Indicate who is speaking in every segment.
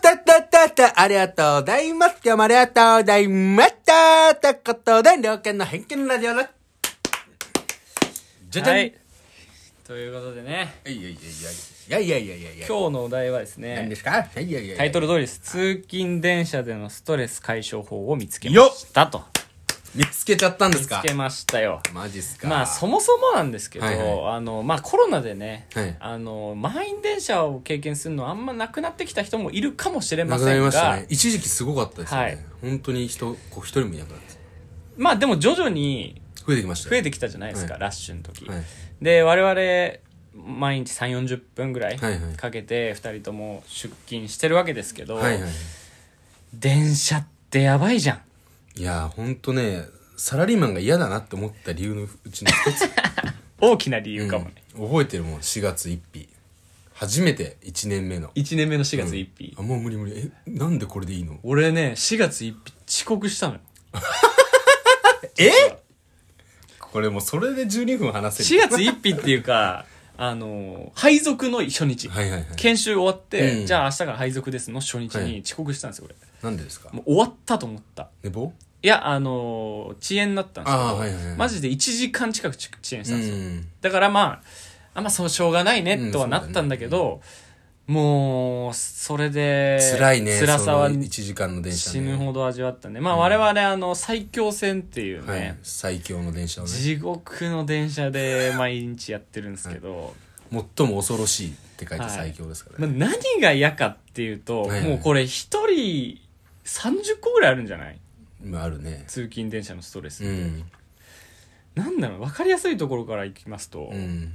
Speaker 1: た、ありがとうございます。今日もありがとうございました。ということで、両県の偏見ラジオだ。じゃじゃん。
Speaker 2: はいい、ということでね
Speaker 1: やいやいやいやいやいやいやいや。
Speaker 2: 今日のお題はですね
Speaker 1: 何ですかいやいやいや。
Speaker 2: タイトル通りです通勤電車でのストレス解消法を見つけま
Speaker 1: よっ
Speaker 2: したと
Speaker 1: 見つけちゃったんで
Speaker 2: 見
Speaker 1: す
Speaker 2: つ
Speaker 1: か
Speaker 2: けましたよ
Speaker 1: マジっすか
Speaker 2: まあそもそもなんですけど、
Speaker 1: はいは
Speaker 2: あのまあコロナでね、
Speaker 1: はい
Speaker 2: あの満員電車を経験するのはあんまなくなってきた人もいるかもしれま
Speaker 1: なくな
Speaker 2: せ
Speaker 1: り
Speaker 2: ん
Speaker 1: ま
Speaker 2: が
Speaker 1: したね。一時期すごかったですよね。
Speaker 2: はい
Speaker 1: 本当に人、こう一人もいなくなって。
Speaker 2: まあでも徐々に
Speaker 1: 増えてきましたよ。
Speaker 2: 増えてきたじゃないですか、
Speaker 1: は
Speaker 2: ラッシュの時、
Speaker 1: はい
Speaker 2: で我々毎日3 4 0分ぐらい
Speaker 1: はいはい
Speaker 2: かけて2人とも出勤してるわけですけど、
Speaker 1: はいはい。
Speaker 2: 電車ってやばいじゃん
Speaker 1: いやー、ほんとね、サラリーマンが嫌だなって思った理由のうちの一つ。
Speaker 2: 大きな理由かもね、
Speaker 1: うん覚えてるもん、4月1日。初めて1年目の。
Speaker 2: 1年目の4月1日、
Speaker 1: あ、もう無理無理。え、なんでこれでいいの
Speaker 2: 俺ね4月1日遅刻したの よ
Speaker 1: えこれもうそれで12分話せ
Speaker 2: 4
Speaker 1: る。
Speaker 2: 月1日っていうか あの配属の初日、
Speaker 1: はいはいはい。
Speaker 2: 研修終わって、
Speaker 1: うん
Speaker 2: じゃあ明日から配属ですの初日
Speaker 1: は
Speaker 2: に
Speaker 1: い
Speaker 2: 遅刻したんですよ、
Speaker 1: なんでですか
Speaker 2: 俺もう終わったと思った
Speaker 1: 寝坊
Speaker 2: いやあの遅延になったんですけど、
Speaker 1: あーはいはいはい
Speaker 2: マジで1時間近く遅延し
Speaker 1: う
Speaker 2: たんですよ、
Speaker 1: ん。
Speaker 2: だからまああんまそうしょうがない
Speaker 1: うん
Speaker 2: ねとはなったんだけど、もうそれで
Speaker 1: 辛いね。
Speaker 2: 辛さは
Speaker 1: その1時間の電車
Speaker 2: 死
Speaker 1: ね。
Speaker 2: ぬほど味わったねまあ我々あの最強線っていうね、
Speaker 1: はい。最強の電車をね。
Speaker 2: 地獄の電車で毎日やってるんですけど、
Speaker 1: 最も恐ろしいって書いて最強ですから
Speaker 2: まあ
Speaker 1: ね。
Speaker 2: 何が嫌かっていうと、
Speaker 1: はい
Speaker 2: もうこれ一人30個ぐらいあるんじゃない
Speaker 1: まああるね。
Speaker 2: 通勤電車のストレス、
Speaker 1: うん。
Speaker 2: なんだろう分かりやすいところからいきますと、
Speaker 1: うん。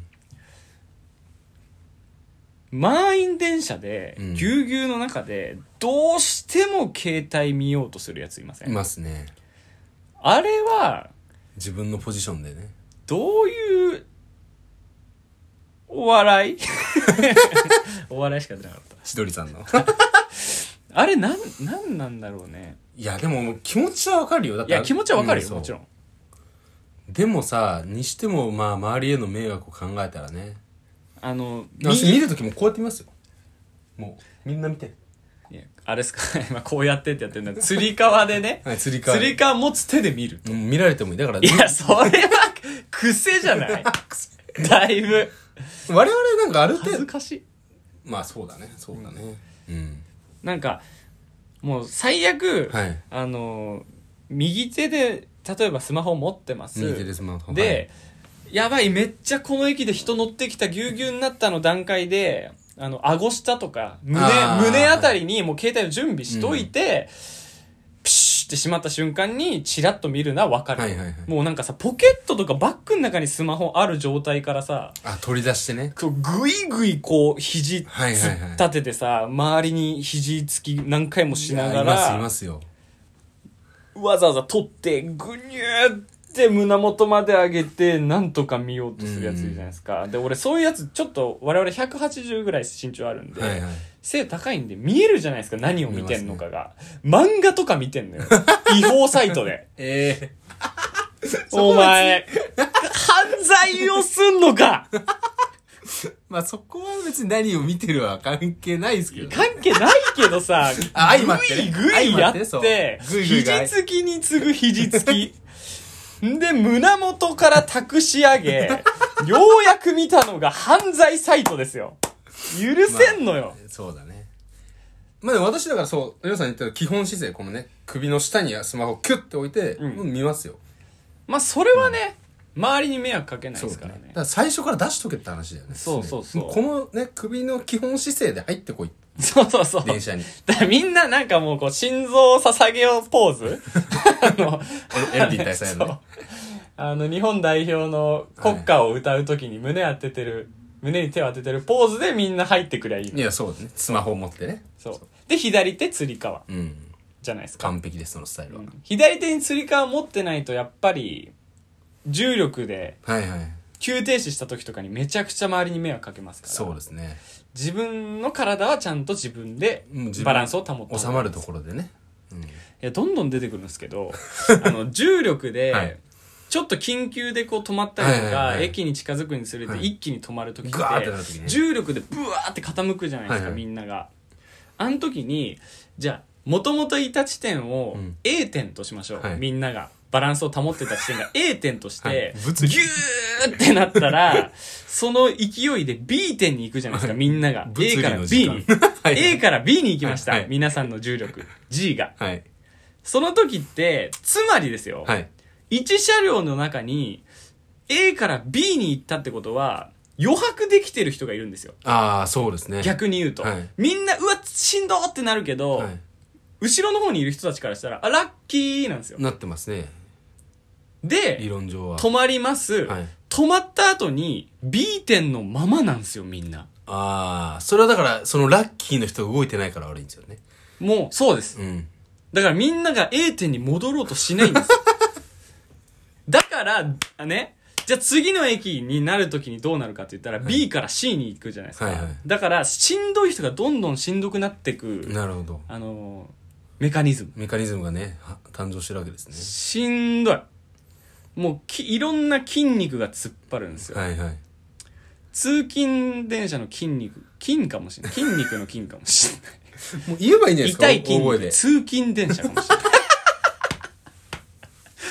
Speaker 2: 満員電車で
Speaker 1: うん
Speaker 2: ぎゅうぎゅうの中でどうしても携帯見ようとするやついません、
Speaker 1: いますね。
Speaker 2: あれは
Speaker 1: 自分のポジションでね。
Speaker 2: どういうお笑い お笑いしか出なかった
Speaker 1: 千鳥さんの。
Speaker 2: あれなんなんなんだろうね
Speaker 1: いや、でも気持ちはわかるよ。だっ
Speaker 2: い
Speaker 1: て
Speaker 2: や気持ちはわかる
Speaker 1: う
Speaker 2: よ
Speaker 1: そう
Speaker 2: もちろん
Speaker 1: でもさ、にしても、まあ、周りへの迷惑を考えたらね。
Speaker 2: あの
Speaker 1: 私
Speaker 2: み
Speaker 1: 見るときもこうやって見ますよ。もう、みんな見て。
Speaker 2: いやあれですか 今こうやってってやってるんだつり革でね
Speaker 1: はい、釣り
Speaker 2: つ
Speaker 1: 革。
Speaker 2: り革持つ手で見る
Speaker 1: うん見られてもいい。だから、
Speaker 2: いやそれは癖じゃな いだいぶ
Speaker 1: 我々なんかある
Speaker 2: 恥
Speaker 1: 程
Speaker 2: ず
Speaker 1: 度、
Speaker 2: かしい
Speaker 1: まあそうだね、そうだね。うん。
Speaker 2: なんかもう最悪、
Speaker 1: はい
Speaker 2: あの右手で例えばスマホ持ってます
Speaker 1: 右手でスマホ。
Speaker 2: で、やばいめっちゃこの駅で人乗ってきたぎゅうぎゅうになったの段階であの顎下とか胸
Speaker 1: あー
Speaker 2: 胸あたりにもう携帯を準備しといて、プシュってしまった瞬間にチラッと見るのは分かる、
Speaker 1: はいはいはい
Speaker 2: もうなんかさポケットとかバッグの中にスマホある状態からさ
Speaker 1: はいあ、取り出してね。
Speaker 2: こうぐいぐいこう肘
Speaker 1: はいはい
Speaker 2: 突
Speaker 1: はい
Speaker 2: っ立ててさ、周りに肘つき何回もしなが
Speaker 1: いやいます、い
Speaker 2: ら
Speaker 1: ますよ。
Speaker 2: わざわざ取ってぐにゅーって胸元まで上げてなんとか見ようとするやついるじゃないですか、で俺そういうやつちょっと我々180ぐらい身長あるんで、
Speaker 1: はいはい。
Speaker 2: 背高いんで見えるじゃないですか何を見てんのかが、漫画とか見てんのよ違法サイトで
Speaker 1: ええ
Speaker 2: お前犯罪をすんのか
Speaker 1: まあそこは別に何を見てるは関係ないですけどね。
Speaker 2: 関係ないけどさ、
Speaker 1: あ相まってね
Speaker 2: ぐいぐい
Speaker 1: 相ま
Speaker 2: やっ
Speaker 1: って
Speaker 2: て
Speaker 1: ね、そうぐいぐいが
Speaker 2: 肘つきに次ぐ肘つき。んで、胸元から託し上げ、ようやく見たのが犯罪サイトですよ。許せんのよ。
Speaker 1: そうだね。まあでも私だからそう、皆さん言った基本姿勢、このね、首の下にスマホをキュッて置いて、
Speaker 2: ん
Speaker 1: もう見ますよ。
Speaker 2: まあ、それはね、周りに迷惑かけない
Speaker 1: そ
Speaker 2: で
Speaker 1: う
Speaker 2: す
Speaker 1: だね
Speaker 2: から。
Speaker 1: だ
Speaker 2: ね
Speaker 1: か。ら最初から出しとけって話だよね。
Speaker 2: そうそうそう
Speaker 1: もこのね、首の基本姿勢で入ってこい。
Speaker 2: そうそうそう。
Speaker 1: 電車に。
Speaker 2: だからみんななんかもうこう、心臓を捧げようポーズあの、
Speaker 1: エルディ大佐や
Speaker 2: そう
Speaker 1: ね。
Speaker 2: あの、日本代表の国歌を歌うときに胸当ててる、胸に手を当ててるポーズでみんな入ってくりゃいいの
Speaker 1: いや、そうだね。スマホを持ってね。
Speaker 2: そう。で、左手釣り革
Speaker 1: うん。
Speaker 2: じゃないですか。
Speaker 1: 完璧です、そのスタイルは。
Speaker 2: 左手に釣り革持ってないと、やっぱり、重力で
Speaker 1: はいはい。
Speaker 2: 急停止した時とかにめちゃくちゃ周りに迷惑かけますから。
Speaker 1: そうですね。
Speaker 2: 自分の体はちゃんと自分で
Speaker 1: うん自分
Speaker 2: バランスを保って
Speaker 1: 収まるところでね。うん。
Speaker 2: いや、どんどん出てくるんですけ ど、あの、重力
Speaker 1: はい
Speaker 2: で、ちょっと緊急でこう止まったり
Speaker 1: はい
Speaker 2: と
Speaker 1: はい
Speaker 2: か、
Speaker 1: はい
Speaker 2: 駅に近づくにつれて
Speaker 1: はい
Speaker 2: 一気に止まるときっ
Speaker 1: ぐわーってなる時
Speaker 2: て、
Speaker 1: ね
Speaker 2: 重力でブワーって傾くじゃないです
Speaker 1: はい
Speaker 2: か、
Speaker 1: はい
Speaker 2: みんなが。あの時に、じゃあ、もともといた地点を
Speaker 1: うん
Speaker 2: A 点としましょう、
Speaker 1: はい
Speaker 2: みんながバランスを保ってた地点が A 点として、
Speaker 1: はい
Speaker 2: ギューってなったらその勢いで B 点に行くじゃないですかみんなが A
Speaker 1: 物
Speaker 2: か
Speaker 1: 理
Speaker 2: ら
Speaker 1: の
Speaker 2: B
Speaker 1: 時間
Speaker 2: に
Speaker 1: はい
Speaker 2: A から B に行きました、
Speaker 1: はいはい
Speaker 2: 皆さんの重力 G が
Speaker 1: はい。
Speaker 2: その時ってつまりですよ、
Speaker 1: はい。
Speaker 2: 1車両の中に A から B に行ったってことは余白できてる人がいるんですよ
Speaker 1: ああ、そうですね。
Speaker 2: 逆に言うと、
Speaker 1: はい
Speaker 2: みんなうわしんどーってなるけど、
Speaker 1: はい。
Speaker 2: 後ろの方にいる人たちからしたらあラッキーなんですよ
Speaker 1: なってますね。理
Speaker 2: で
Speaker 1: 論上は。
Speaker 2: 止まります、
Speaker 1: はい
Speaker 2: 止まった後に B 点のままなんですよみんな
Speaker 1: ああ、それはだから、そのラッキーの人が動いてないから悪いんですよね。
Speaker 2: もうそうです
Speaker 1: うん。
Speaker 2: だからみんなが A 点に戻ろうとしな いんですよだからあねじゃあ次の駅になるときにどうなるかって言ったら B から C に行くじゃないですか、
Speaker 1: はいはい
Speaker 2: だからしんどい人がどんどんしんどくなってく
Speaker 1: なるほど。
Speaker 2: あのーメカニズム
Speaker 1: メカニズムがね、は誕生してるわけですね。
Speaker 2: しんどいもうきいろんな筋肉が突っ張るんですよ、
Speaker 1: はいはい。
Speaker 2: 通勤電車の筋肉筋かもしれない筋肉の筋かもし
Speaker 1: もう言えばいいんじ
Speaker 2: れ
Speaker 1: ゃ
Speaker 2: な
Speaker 1: ないいですか
Speaker 2: 痛い筋
Speaker 1: 大声
Speaker 2: 肉
Speaker 1: で。
Speaker 2: 通勤電車かもし れない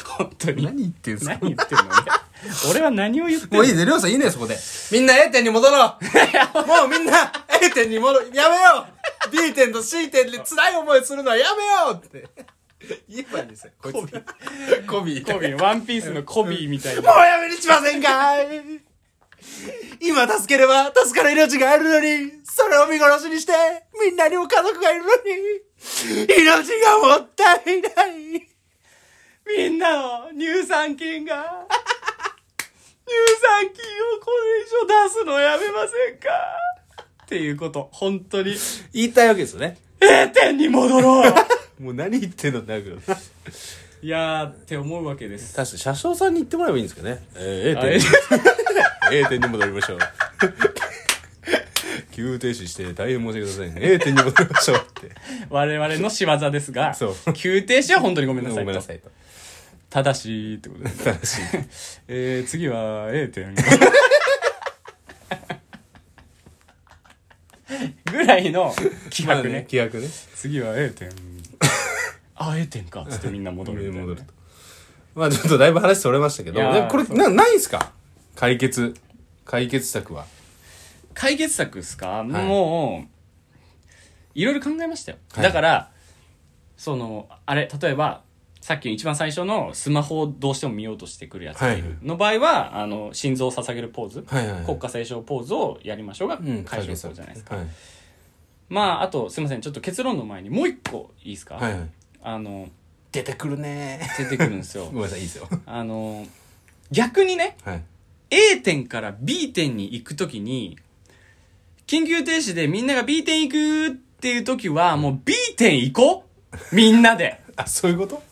Speaker 2: 本当に
Speaker 1: 何言ってんすか
Speaker 2: 何言ってんの俺俺は何を言ってんの
Speaker 1: もういいで、りょうさんいいね、そこで。みんな A 点に戻ろ うもうみんな A 点に戻ろうやめよう !B 点と C 点で辛い思いするのはやめようって。言えばいいんですよ、こいつ。コビー。
Speaker 2: コビーワンピースのコビーみたい
Speaker 1: も
Speaker 2: な
Speaker 1: うやめにしませんかい今助ければ助かる命があるのに、それを見殺しにして、みんなにも家族がいるのに、命がもったいない。
Speaker 2: みんなの乳酸菌が 乳酸菌をこれ以上出すのやめませんかっていうこと本当に
Speaker 1: 言いたいわけですよね。
Speaker 2: A 点に戻ろう
Speaker 1: もう何言ってんのってなるけど。確
Speaker 2: いやーって思うわけです
Speaker 1: かに車掌さんに言ってもらえばいいんですかね。え
Speaker 2: あえ
Speaker 1: A 点に戻りましょう。 急停止して大変申し訳ございません。A 点に戻りましょうって。
Speaker 2: 我々の仕業ですが
Speaker 1: そう
Speaker 2: 急停止は本当にごめんなさいと
Speaker 1: いと。
Speaker 2: ただしってことで
Speaker 1: 正しい。
Speaker 2: えー、次は A 点ぐらいの気
Speaker 1: まあ
Speaker 2: 迫ね
Speaker 1: ね、気迫ね。
Speaker 2: 次は A 点あ A 点かっつってみんな戻るみたいな
Speaker 1: 戻るとまあちょっとだいぶ話それましたけど
Speaker 2: いやー
Speaker 1: でもこれ
Speaker 2: そう
Speaker 1: なないんすか解決解決策は
Speaker 2: 解決策ですか、もういろいろ考えましたよ、
Speaker 1: はい
Speaker 2: だからそのあれ例えばさっきの一番最初のスマホをどうしても見ようとしてくるやつがいる
Speaker 1: はい
Speaker 2: の場合はあの心臓を捧げるポーズ、
Speaker 1: はいはいはい
Speaker 2: 国家斉唱ポーズをやりましょうが
Speaker 1: うん
Speaker 2: 解消法じゃないですか、
Speaker 1: かはい
Speaker 2: まああとすいませんちょっと結論の前にもう一個いいですか、
Speaker 1: はいはい
Speaker 2: あの
Speaker 1: 出てくるね
Speaker 2: 出てくるんですよ
Speaker 1: ごめんなさいいいですよ
Speaker 2: あの逆にね
Speaker 1: はい
Speaker 2: A 点から B 点に行くときに、緊急停止でみんなが B 点行くっていうときは、もう B 点行こうみんなで。
Speaker 1: あそういうこと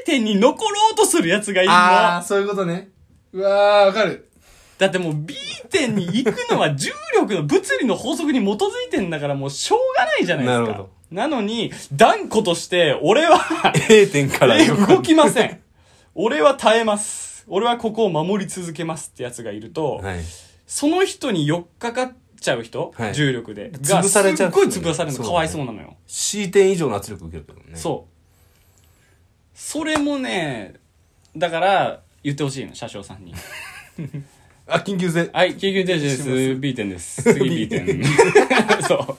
Speaker 2: A 点に残ろうとするやつがいるの。
Speaker 1: ああそういうことねうわーわかる
Speaker 2: だってもう B 点に行くのは重力の物理の法則に基づいてんだからもうしょうがないじゃないですか。
Speaker 1: なるほど
Speaker 2: なのに、断固として、俺は、
Speaker 1: A 点から
Speaker 2: 動きません。俺は耐えます。俺はここを守り続けますってやつがいると、
Speaker 1: はい
Speaker 2: その人に寄っかかっちゃう人、
Speaker 1: はい
Speaker 2: 重力で。
Speaker 1: 潰されちゃう
Speaker 2: がすっごい潰される
Speaker 1: そうだね
Speaker 2: のかわいそうなのよ。
Speaker 1: C 点以上の圧力受けるけどね
Speaker 2: そう。それもね、だから、言ってほしいの、車掌さ んに。
Speaker 1: あ緊急性
Speaker 2: はい、緊急停止で
Speaker 1: し
Speaker 2: す。B 点です。次 B 点。そう。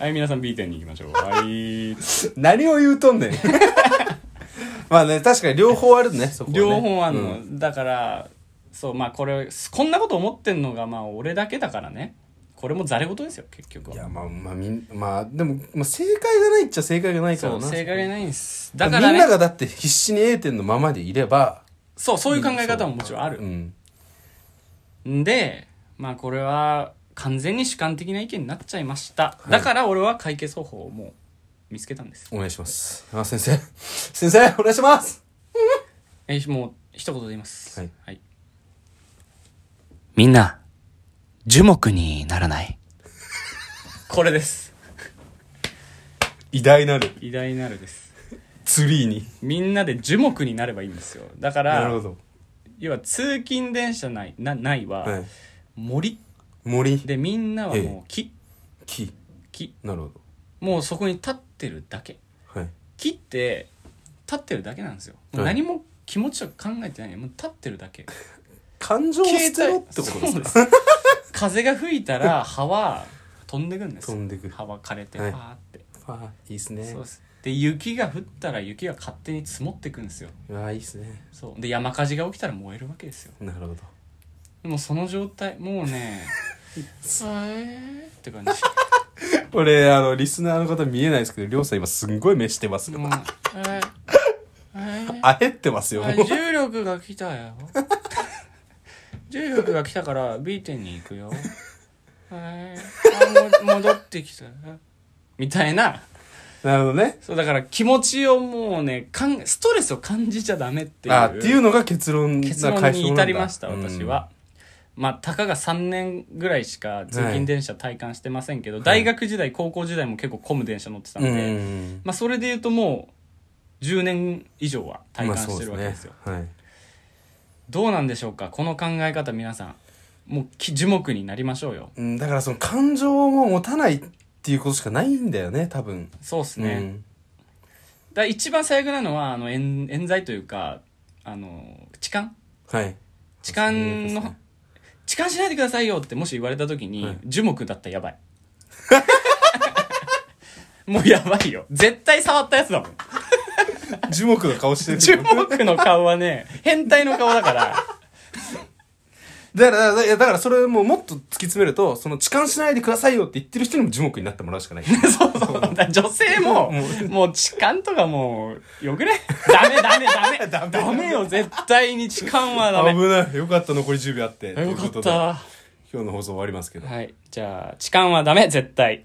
Speaker 2: はい、皆さん B 点に行きましょう。はい。
Speaker 1: 何を言うとんねん まあね確かに両方あるねそこはね
Speaker 2: 両方ある
Speaker 1: う
Speaker 2: の。
Speaker 1: ん
Speaker 2: だから、そう、まあこれ、こんなこと思ってんのが、まあ俺だけだからね。これもざれ事ですよ、結局
Speaker 1: い
Speaker 2: は。
Speaker 1: やまあまあみんまあでもまあ正解がないっちゃ正解がないから
Speaker 2: そう、
Speaker 1: な
Speaker 2: 正解がないんです。だ
Speaker 1: だ
Speaker 2: か
Speaker 1: からら、
Speaker 2: ね
Speaker 1: みんながだって必死に A 点のままでいれば、
Speaker 2: そう、そういう考え方ももちろんある
Speaker 1: う。ん。
Speaker 2: んで、まあこれは完全に主観的な意見になっちゃいました。だから俺は解決方法をもう見つけたんです。
Speaker 1: お願いします。あ、先生。 先生、お願いします
Speaker 2: えー、もう一言で言います。
Speaker 1: はい
Speaker 2: みんな、樹木にならない。これです。
Speaker 1: 偉大なる
Speaker 2: 偉大なるです。
Speaker 1: ツリーに。
Speaker 2: みんなで樹木になればいいんですよ。だか
Speaker 1: なる
Speaker 2: ら
Speaker 1: ほ、ど。
Speaker 2: 要は通勤電車ない、なないは、
Speaker 1: はい。
Speaker 2: 森
Speaker 1: 森。
Speaker 2: でみんなはもう木、
Speaker 1: 木。
Speaker 2: 木。
Speaker 1: なるほど。
Speaker 2: もうそこに立ってるだけ
Speaker 1: はい
Speaker 2: 木って立ってるだけなんですよ、もう
Speaker 1: はい
Speaker 2: 何も気持ちを考えてないもう立ってるだけ
Speaker 1: 感情を捨てろってことです
Speaker 2: そう
Speaker 1: か
Speaker 2: です 風が吹いたら葉は飛んでくんですよ
Speaker 1: 飛んでくる
Speaker 2: 葉は枯れてパ
Speaker 1: はい
Speaker 2: ーって、
Speaker 1: あーいいっすね
Speaker 2: そうですで雪が降ったら雪が勝手に積もってくんですよ
Speaker 1: ああいいっすね
Speaker 2: そうで山火事が起きたら燃えるわけですよ
Speaker 1: なるほど
Speaker 2: もうその状態もうねさえーって感じ
Speaker 1: これあのリスナーの方見えないですけどりょうさん今すんごい飯してますよ
Speaker 2: もうえーえー
Speaker 1: あえってますよ
Speaker 2: あ重力が来たよ重力が来たから B 点に行くよえーあも戻ってきたよみたいな
Speaker 1: なるほどね
Speaker 2: そうだから気持ちをもうねかんストレスを感じちゃダメっていう
Speaker 1: あーっていうのが結論な
Speaker 2: 結論
Speaker 1: 解消
Speaker 2: に
Speaker 1: なんだ
Speaker 2: 至りました
Speaker 1: うん
Speaker 2: 私は、まあたかが3年ぐらいしか通勤電車体感してませんけど、大学時代高校時代も結構混む電車乗ってたん
Speaker 1: う
Speaker 2: で、
Speaker 1: ん
Speaker 2: まあ、それで言うともう10年以上は体感してるわけですよ、
Speaker 1: まあそうね
Speaker 2: どうなんでしょうかこの考え方皆さんもうき樹木になりましょうよ
Speaker 1: はいうんだからその感情をもう持たないっていうことしかないんだよね多分
Speaker 2: そうです
Speaker 1: う
Speaker 2: ね、
Speaker 1: ん
Speaker 2: だから一番最悪なのはあの冤冤罪というかあの痴漢
Speaker 1: はい
Speaker 2: 痴漢
Speaker 1: 最悪ですね
Speaker 2: の痴漢しないでくださいよってもし言われた時に、
Speaker 1: はい
Speaker 2: 樹木だったらやばい もうやばいよ絶対触ったやつだもん
Speaker 1: 樹木の顔してる
Speaker 2: 樹木の顔はね変態の顔だから
Speaker 1: だから、だからいやだからそれももっと突き詰めると、その痴漢しないでくださいよって言ってる人にも樹木になってもらうし かない。
Speaker 2: そうそう。だから女性も、もう痴漢とかもう、よくねダメダメダメ
Speaker 1: ダメ
Speaker 2: ダメよ、絶対に痴漢はダメ。
Speaker 1: 危ない。よかった、残り10秒あって。
Speaker 2: よか
Speaker 1: というこ
Speaker 2: っ
Speaker 1: とで
Speaker 2: た。
Speaker 1: 今日の放送終わりますけど。
Speaker 2: はい。じゃあ、痴漢はダメ、絶対。